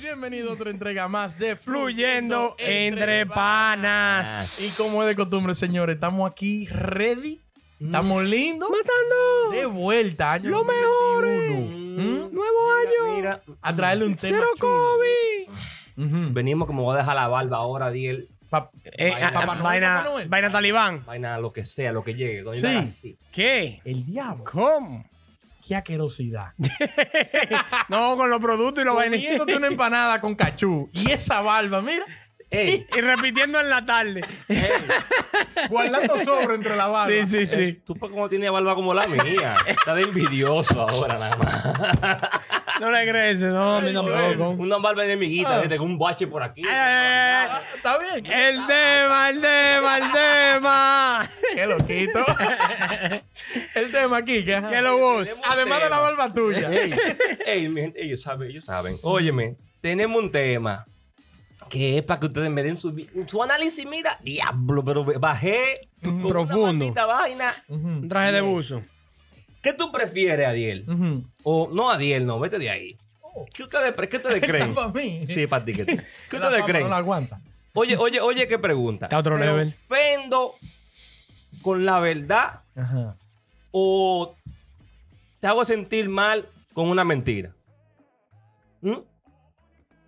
bienvenido a otra entrega más de Fluyendo entre panas. Y como es de costumbre, señores, estamos aquí ready. Estamos lindos. ¡Matando! De vuelta, año ¡Lo 2021. Mm, ¡Nuevo año! mira, A traerle un tema. ¡Cero chulo. COVID! Ujú. venimos como voy a dejar la barba ahora, Diel. Pa- Eh, Vaina- ah, Papá Noel, vaina, Papá Noel. vaina talibán. Vaina, lo que sea, lo que llegue. doña Sí. Nara, sí. ¿Qué? El diablo. ¿Cómo? Qué asquerosidad. No, con los productos y los vainas. Comiéndote una empanada con cachú. Y esa barba, mira. Ey, Y repitiendo en la tarde. Guardando sobre entre la barba. Sí, sí, sí. tú pues como tienes barba como la mía. Está de envidioso ahora nada más. No le crees, no, a mí tampoco. Una barba de Ah. amiguita, tengo un bache por aquí. Eh, Ah, Está bien. ¡El tema, el tema, el tema! Qué loquito. El tema aquí, que ¿Qué lo vos? Además de la barba tuya. Ey, ey, mi gente, ellos saben, ellos saben. Óyeme, tenemos un tema que es para que ustedes me den su, vi- su análisis. Mira, diablo, pero bajé con una Profundo. maldita vaina. Un traje de buzo. ¿Qué tú prefieres, Adiel? O no, Adiel, no, vete de ahí. Oh. ¿Qué ustedes, pre- qué ustedes creen? Para mí. Sí, para ti. ¿Qué qué La ustedes fama creen? No la aguanta. Oye, oye, oye, qué pregunta. Está a otro ¿Te level. ofendo con la verdad Ajá. o te hago sentir mal con una mentira? ¿Mm?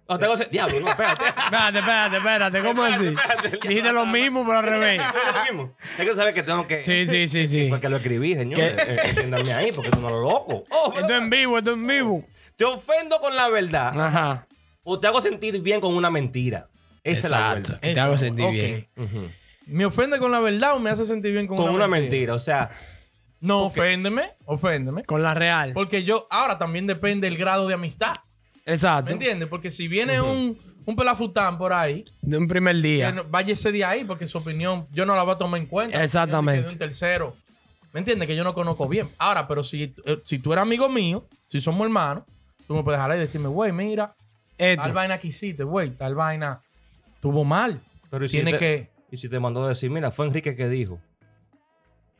O te hago sentir... Diablo, no, espérate. Espérate, espérate, espérate. ¿Cómo así? Espérate, espérate. Dijiste lo mismo, pero al revés. Es lo mismo. Es que sabes que tengo que... Sí, sí, sí, sí. Porque lo escribí, señor. Eh, Entiéndame ahí, porque tú no eres loco. Oh, Esto es en vivo, esto es en vivo. te ofendo con la verdad Ajá. o te hago sentir bien con una mentira. Esa es la Exacto. verdad. Que te hago sentir Ok. bien. Ujú. ¿Me ofende con la verdad o me hace sentir bien con, Con una mentira, o sea... No, oféndeme, oféndeme. Con la real. Porque yo, ahora también depende el grado de amistad. ¿Me Exacto. entiendes? Porque si viene un, un pelafután por ahí, De un primer día. que no- váyase de ahí porque su opinión yo no la voy a tomar en cuenta. Exactamente. Que De un tercero. ¿Me entiendes? Que yo no conozco bien. Ahora, pero si, eh, si tú eres amigo mío, si somos hermanos, tú me puedes dejar y decirme, güey, mira, Esto. tal vaina que hiciste, güey, tal vaina tuvo mal. Pero ¿y si Tiene te- que... Y si te mandó a decir, mira, fue Enrique que dijo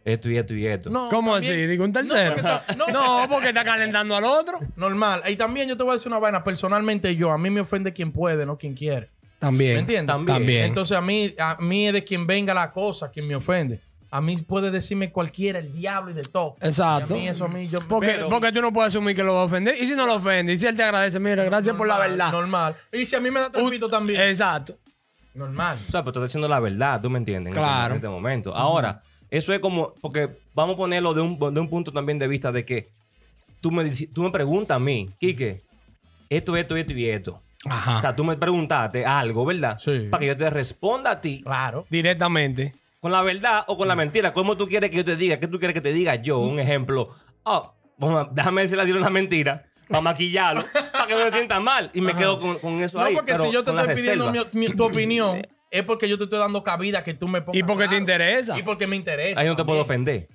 esto y esto y esto. No, ¿Cómo también- así? Digo, un No, tercero. porque ta- no, No, porque está calentando al otro. normal. Y también yo te voy a decir una vaina. Personalmente yo, a mí me ofende quien puede, no quien quiere. También. ¿Me entiendes? También. También. Entonces a mí, a mí es de quien venga la cosa quien me ofende. A mí puede decirme cualquiera, el diablo y de todo. Exacto. Y a mí eso a mí yo... Porque, Pero- porque tú no puedes asumir que lo va a ofender. Y si no lo ofende, y si él te agradece, mira, gracias por la Normal, verdad. Eh. Normal. Y si a mí me da trapito también. Exacto. normal. O sea, pero estás diciendo la verdad, ¿tú me entiendes? En Claro. este- En este momento. Ahora, eso es como, porque vamos a ponerlo de un, de un punto también de vista de que tú me, dici- tú me preguntas a mí, Quique, esto, esto, esto y esto. Ajá. O sea, tú me preguntaste algo, ¿verdad? Sí. Para que yo te responda a ti Claro. Directamente. con la verdad o con Mm. la mentira. ¿Cómo tú quieres que yo te diga? ¿Qué tú quieres que te diga yo? Un ejemplo. Oh, vamos a- déjame decirle a Dios una mentira para maquillarlo, para que no se sienta mal. Y me quedo con, con eso No, ahí. porque pero si yo te con la estoy pidiendo reserva. mi- mi- tu opinión, es porque yo te estoy dando cabida que tú me pongas. Y porque te claro. interesa. Y porque me interesa. Ahí no te también. puedo ofender.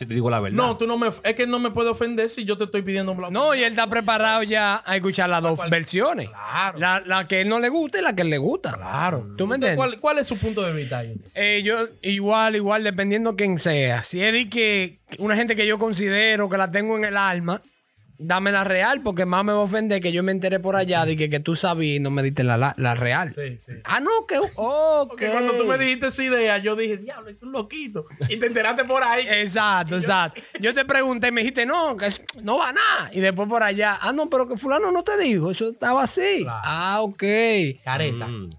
Si te digo la verdad. No, tú no me. Es que no me puedo ofender si yo te estoy pidiendo un blog. No, y él está preparado ya a escuchar las dos cual- versiones. Claro. La, la que él no le gusta y la que él le gusta. Claro. ¿Tú me entiendes? ¿Cuál, cuál es su punto de vista? ahí? Eh, yo, igual, igual, dependiendo quién sea. Si es de que una gente que yo considero que la tengo en el alma, dame la real, porque más me va a ofender que yo me enteré por allá de que, que tú sabías y no me diste la, la, la real. Sí, sí. Ah, no, que. Oh, Porque cuando tú me dijiste esa idea, yo dije, diablo, es un loquito. Y te enteraste por ahí. Exacto, exacto. Yo te pregunté y me dijiste, no, que es- no va nada. Y después por allá, ah, no, pero que Fulano no te dijo, eso estaba así. Claro. Ah, ok. Careta. Mm.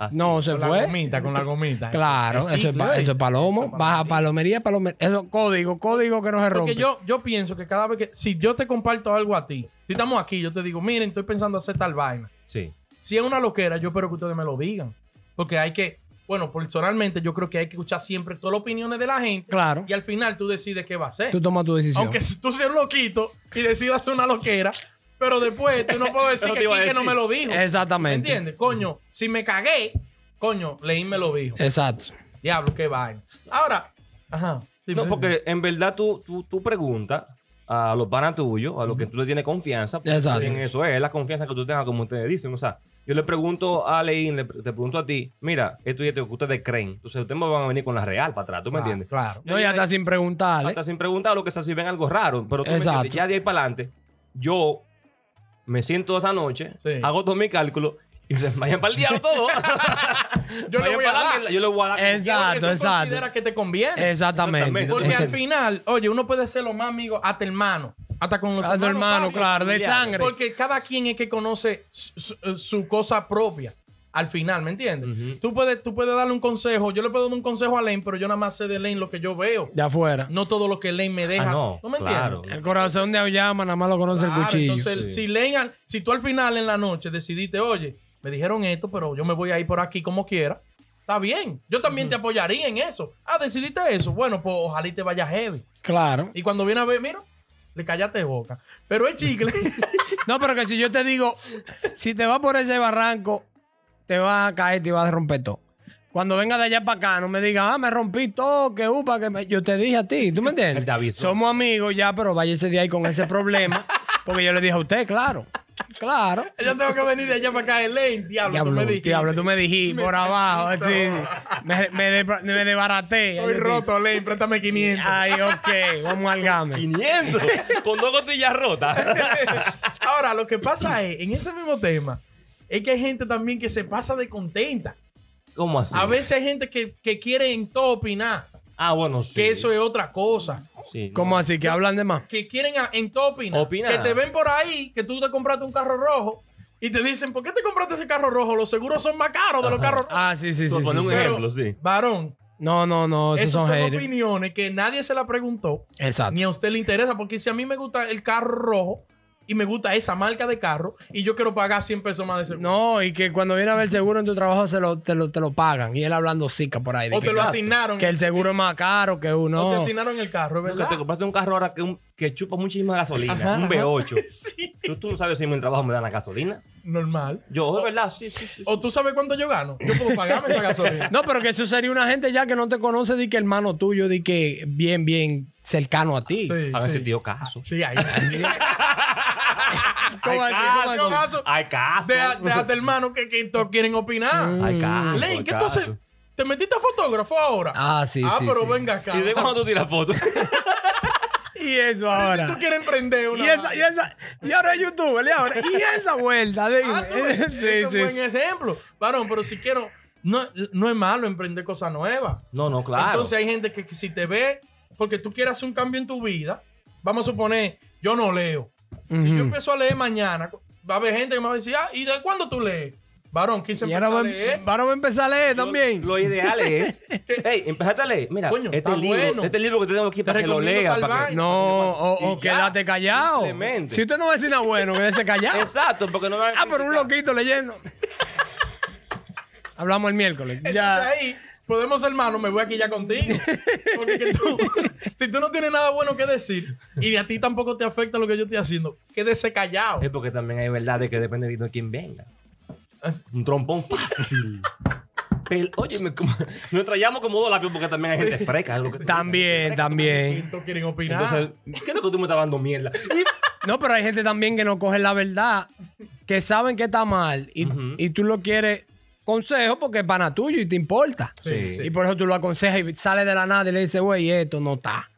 Así. No, se Con la fue. gomita, con la gomita. Claro, eso es, pa- eso es palomo. Baja palomería, palomería. Eso, código, código que no se rompe. Porque yo, yo pienso que cada vez que. Si yo te comparto algo a ti, si estamos aquí, yo te digo, miren, estoy pensando hacer tal vaina. Sí. Si es una loquera, yo espero que ustedes me lo digan. Porque hay que. Bueno, personalmente, yo creo que hay que escuchar siempre todas las opiniones de la gente. Claro. Y al final tú decides qué va a hacer. Tú tomas tu decisión. Aunque si tú seas un loquito y decidas hacer una loquera, pero después tú no puedo decir No te que iba a Quique no decir. me lo dijo. ¿Me Exactamente. entiendes? Coño, si me cagué, coño, Leín me lo dijo. Exacto. Diablo, qué vaina. Ahora, ajá. dime, No, porque en verdad tú, tú, tú preguntas a los panas tuyos, a los que tú le tienes confianza. porque Exacto. En eso es, la confianza que tú tengas, como ustedes dicen. O sea, yo le pregunto a Leín, le, pre- te pregunto a ti, mira, esto y esto que ustedes creen. Entonces ustedes me van a venir con la real para atrás, ¿tú me dime. entiendes? Ah, Claro. No, ya está sin preguntarle. Hasta sin preguntar lo que sea, si ven algo raro. Pero tú me Exacto. entiendes, ya de ahí para adelante, yo me siento esa noche, Sí. hago todos mis cálculos y se vayan para el diablo todo. Yo le Vayan voy a pa' la dar. mierda, Yo le voy a dar. Es- Exacto, Porque tú exacto. Eh, consideras que te conviene. Exactamente. Exactamente. Porque al Exacto. final, oye, uno puede ser lo más amigo hasta hermano. Hasta con los A tu hermanos. hermano, pasa. claro, de familiar. sangre. Porque cada quien es que conoce su, su- su cosa propia. Al final, ¿me entiendes? Ujú. tú, puedes, tú puedes darle un consejo. Yo le puedo dar un consejo a Lane, pero yo nada más sé de Lane lo que yo veo. De afuera. No todo lo que Lane me deja. Ah, no, ¿Tú me claro. entiendes? El corazón de Aoyama nada más lo conoce Claro, el cuchillo. Entonces, Sí. si, Lane al- si tú al final en la noche decidiste, oye, me dijeron esto, pero yo me voy a ir por aquí como quiera, está bien. Yo también te apoyaría en eso. Ah, decidiste eso. Bueno, pues ojalá y te vaya heavy. Claro. Y cuando viene a ver, mira, le callaste boca. Pero el chicle. No, pero que si yo te digo, si te vas por ese barranco, te vas a caer, te vas a romper todo. Cuando venga de allá para acá, no me digas, ah, me rompí todo, que upa, que me-". yo te dije a ti, ¿tú me entiendes? Te aviso. Somos amigos ya, pero váyase de ahí con ese problema, porque yo le dije a usted, claro, claro. yo tengo que venir de allá para acá, el Lane. Diablo, Diablo, tú me dijiste. diablo, tú me dijiste por abajo, dijiste. sí. me, me, de- me desbaraté. Estoy Yo te- roto, Lane, préstame 500. Ay, ok, vamos al game. 500 con dos costillas rotas. Ahora, lo que pasa es, en ese mismo tema, es que hay gente también que se pasa de contenta. ¿Cómo así? A veces hay gente que, que quiere en todo opinar, Ah, bueno, sí. que eso es otra cosa. Sí, no. ¿Cómo así? ¿Que hablan de más? Que quieren a- en todo opinar. Opinar. Que te ven por ahí, que tú te compraste un carro rojo y te dicen, ¿por qué te compraste ese carro rojo? Los seguros son más caros de los carros rojos. Ah, sí, sí, sí. Por sí, poner un sí. ejemplo, sí. Varón, No, no, no, esos esas son son haters. opiniones que nadie se la preguntó, Exacto. ni a usted le interesa, porque si a mí me gusta el carro rojo y me gusta esa marca de carro y yo quiero pagar 100 pesos más de seguro. No, y que cuando viene a ver el seguro en tu trabajo se lo, te, lo, te lo pagan. Y él hablando zica por ahí. de O que, te lo asignaron. que el seguro es más caro que O te uno. asignaron el carro, Que ¿verdad? te compraste un carro ahora que, un- que chupa muchísima gasolina, Ajá, un ajá. V8. Sí, ¿Tú, tú no sabes si en mi trabajo me dan la gasolina. normal. Yo, de verdad, sí, sí, sí. O tú sabes cuánto yo gano. Yo puedo pagarme esa gasolina. No, pero que eso sería una gente ya que no te conoce, di que hermano tuyo, di que bien, bien cercano a ti. Sí, a ver sí. si te dio caso. Sí, ahí. sí. ¿Cómo Hay así? ¿Cómo así? Con caso. caso. Hay caso. Deja- Déjate, hermano, que, que todos quieren Mm, opinar. Hay caso. Mm. Ley, hay que entonces. caso. ¿Te metiste a fotógrafo ahora? pues, Ah, sí, Ah, sí, pero sí. venga acá. ¿Y de cuando tú tiras fotos? Y eso tú ahora. quieres emprender una. Y esa, y esa, y ahora es YouTube, ¿le? ahora. Y esa vuelta, dime. Ah, tú ves, ese es un buen ejemplo. Varón, pero si quiero. No, no es malo emprender cosas nuevas. No, no, claro. Entonces hay gente que, que si te ve, porque tú quieres hacer un cambio en tu vida, vamos a suponer, yo no leo. Si yo Ujú. empiezo a leer mañana, va a haber gente que me va a decir, ah, ¿y de cuándo tú lees? Varón, quise Y empezar ahora a va, leer. ahora va a empezar a leer Lo- también. Lo, ideal es. Hey, empezaste a leer. Mira, Coño, este, está libro, bueno. este libro que tengo aquí para Te que lo recomiendo leas. tal para que- vaina. No, o, o Y ya, quédate callado. simplemente. Si usted no va a decir nada bueno, quédese callado. Exacto, porque no me van a Ah, pero un criticar. loquito leyendo. Hablamos el miércoles. Entonces Ya. ahí podemos ser hermanos, me voy aquí ya contigo. Porque que tú, si tú no tienes nada bueno que decir y a ti tampoco te afecta lo que yo estoy haciendo, quédese callado. Eh, Es porque también hay verdad de que depende de quién venga. Ah, Un trompón fácil. Pero, oye, me, como- nos trayamos como dos lápices porque también hay gente fresca. es lo que te También, ah. también. Entonces quieren digo. opinar. Entonces, ¿qué es lo que tú me estás dando mierda? No, pero hay gente también que no coge la verdad, que saben que está mal y, Ujú. y tú lo quieres consejo porque es pana tuyo y te importa. sí, sí. Y por eso tú lo aconsejas y sale de la nada y le dices, güey, esto no está.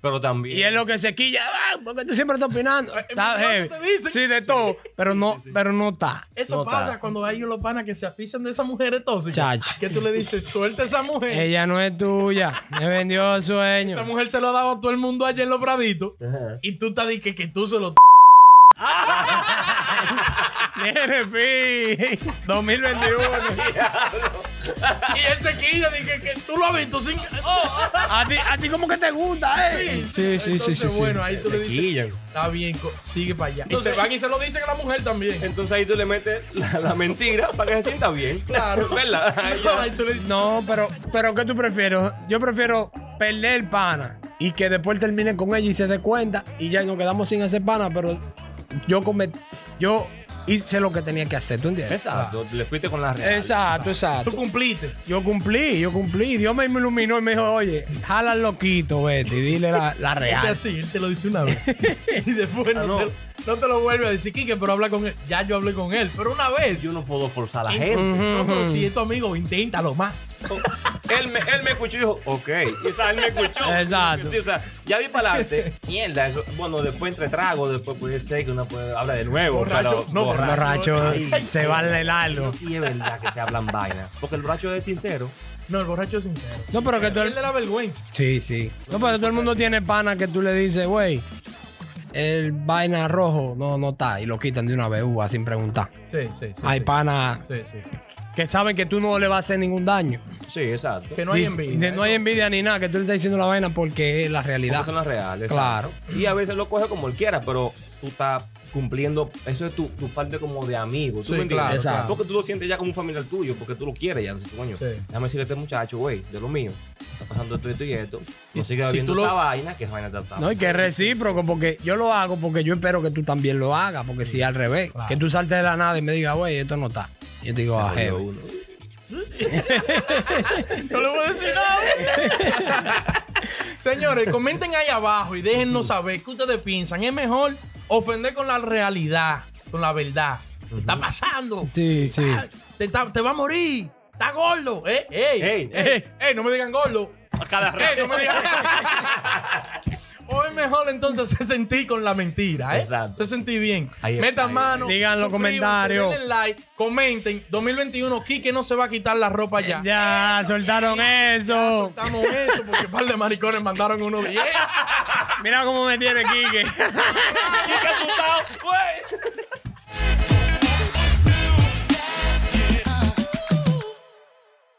Pero también. Y es lo que se quilla, "Ah, porque tú siempre estás opinando. Está eso heavy. Eh, te dicen. Sí, de todo, pero no, pero no está. eso no pasa está. cuando hay los panas que se aficionan de esas mujeres tóxicas. Chacho. Que tú le dices, suelta a esa mujer. Ella no es tuya. Me vendió el sueño. Esa mujer se lo ha dado a todo el mundo ayer en los praditos. Ajá. Y tú estás diciendo que, que tú se lo. NFI 2021. y él se quilla, dije que tú lo has visto sin. ¿A ti, a ti como que te gusta, eh. Sí, sí, sí, Entonces, sí, sí. Bueno, ahí tú le Se dices. quillan. Está bien, co- sigue para allá. Eh, Entonces- y se van y se lo dicen a la mujer también. Entonces ahí tú le metes la, la mentira para que se sienta bien. Claro. ¿Verdad? Ahí ya. Ahí tú le dices, No, pero, pero ¿qué tú prefieres? Yo prefiero perder el pana y que después termine con ella y se dé cuenta y ya nos quedamos sin hacer pana, pero yo cometí, yo hice lo que tenía que hacer, ¿tú entiendes? Exacto, le fuiste con la real. Exacto, tú exacto. cumpliste. Yo cumplí, yo cumplí. Dios me iluminó y me dijo, oye, jala al loquito, vete y dile la, la Él te real. hace, él te lo dice una vez. y después Ah, no, no. te lo- no te lo vuelve a decir, Quique, pero habla con él. Ya yo hablé con él, pero una vez. Yo no puedo forzar a la Y- gente. No, pero si es tu amigo, inténtalo más. él, me, él me escuchó y dijo, ok. Y, o sea, él me escuchó. Exacto. Sí, o sea, ya vi para adelante. Mierda, eso. Bueno, después entre tragos, después puede ser que uno puede hablar de nuevo. Borracho, pero no, Los borracho. borrachos Ay, se van de largo. Sí, es verdad que se hablan vainas. Porque el borracho es sincero. No, el borracho es sincero. No, pero que tú Él le da vergüenza. Sí, sí. No, pero todo el mundo tiene pana que tú le dices, güey, el vaina rojo no, no está. Y lo quitan de una vez, uva, sin preguntar. Sí, sí, sí. Hay sí. pana Sí, sí, sí. que saben que tú no le vas a hacer ningún daño. Sí, exacto. Que no hay Dice- envidia. No hay eso. envidia ni nada, que tú le estás diciendo la vaina porque es la realidad. Porque son las reales. Claro. exacto. Y a veces lo coge como él quiera, pero tú estás cumpliendo. Eso es tu, tu parte como de amigo. ¿tú Sí, me entiendes? claro, Exacto. claro. Porque tú lo sientes ya como un familiar tuyo, porque tú lo quieres ya. Dices, coño, Sí. déjame decirle a este muchacho, güey, de lo mío. Está pasando esto, esto y esto. Y No sigue si habiendo tú lo- esa vaina, que esa vaina está. No, y que es recíproco, porque yo lo hago porque yo espero que tú también lo hagas, porque si al revés, Claro. que tú saltes de la nada y me digas, güey, esto no está. Yo te digo, ah, Jodió jefe. uno. No le voy a decir nada. Señores, comenten ahí abajo y déjennos saber qué ustedes piensan. ¿Es mejor ofender con la realidad, con la verdad? ¿Te está pasando? Sí, sí. Ah, Te, está- te va a morir. Está gordo. Eh, ey, Ey, ey, ey, no me digan gordo. A cada Eh, rato. no me digas. o es mejor entonces se sentir con la mentira, ¿eh? Exacto. Se sentí bien. Ahí está, Metan ahí mano. está. Digan los suscríbanse, comentarios. Denle like, comenten. 2021, Quique no se va a quitar la ropa ya. Ya, soltaron eso. Estamos eso porque un par de maricones mandaron uno de Mira cómo me tiene Quique. Chica, asustado, güey.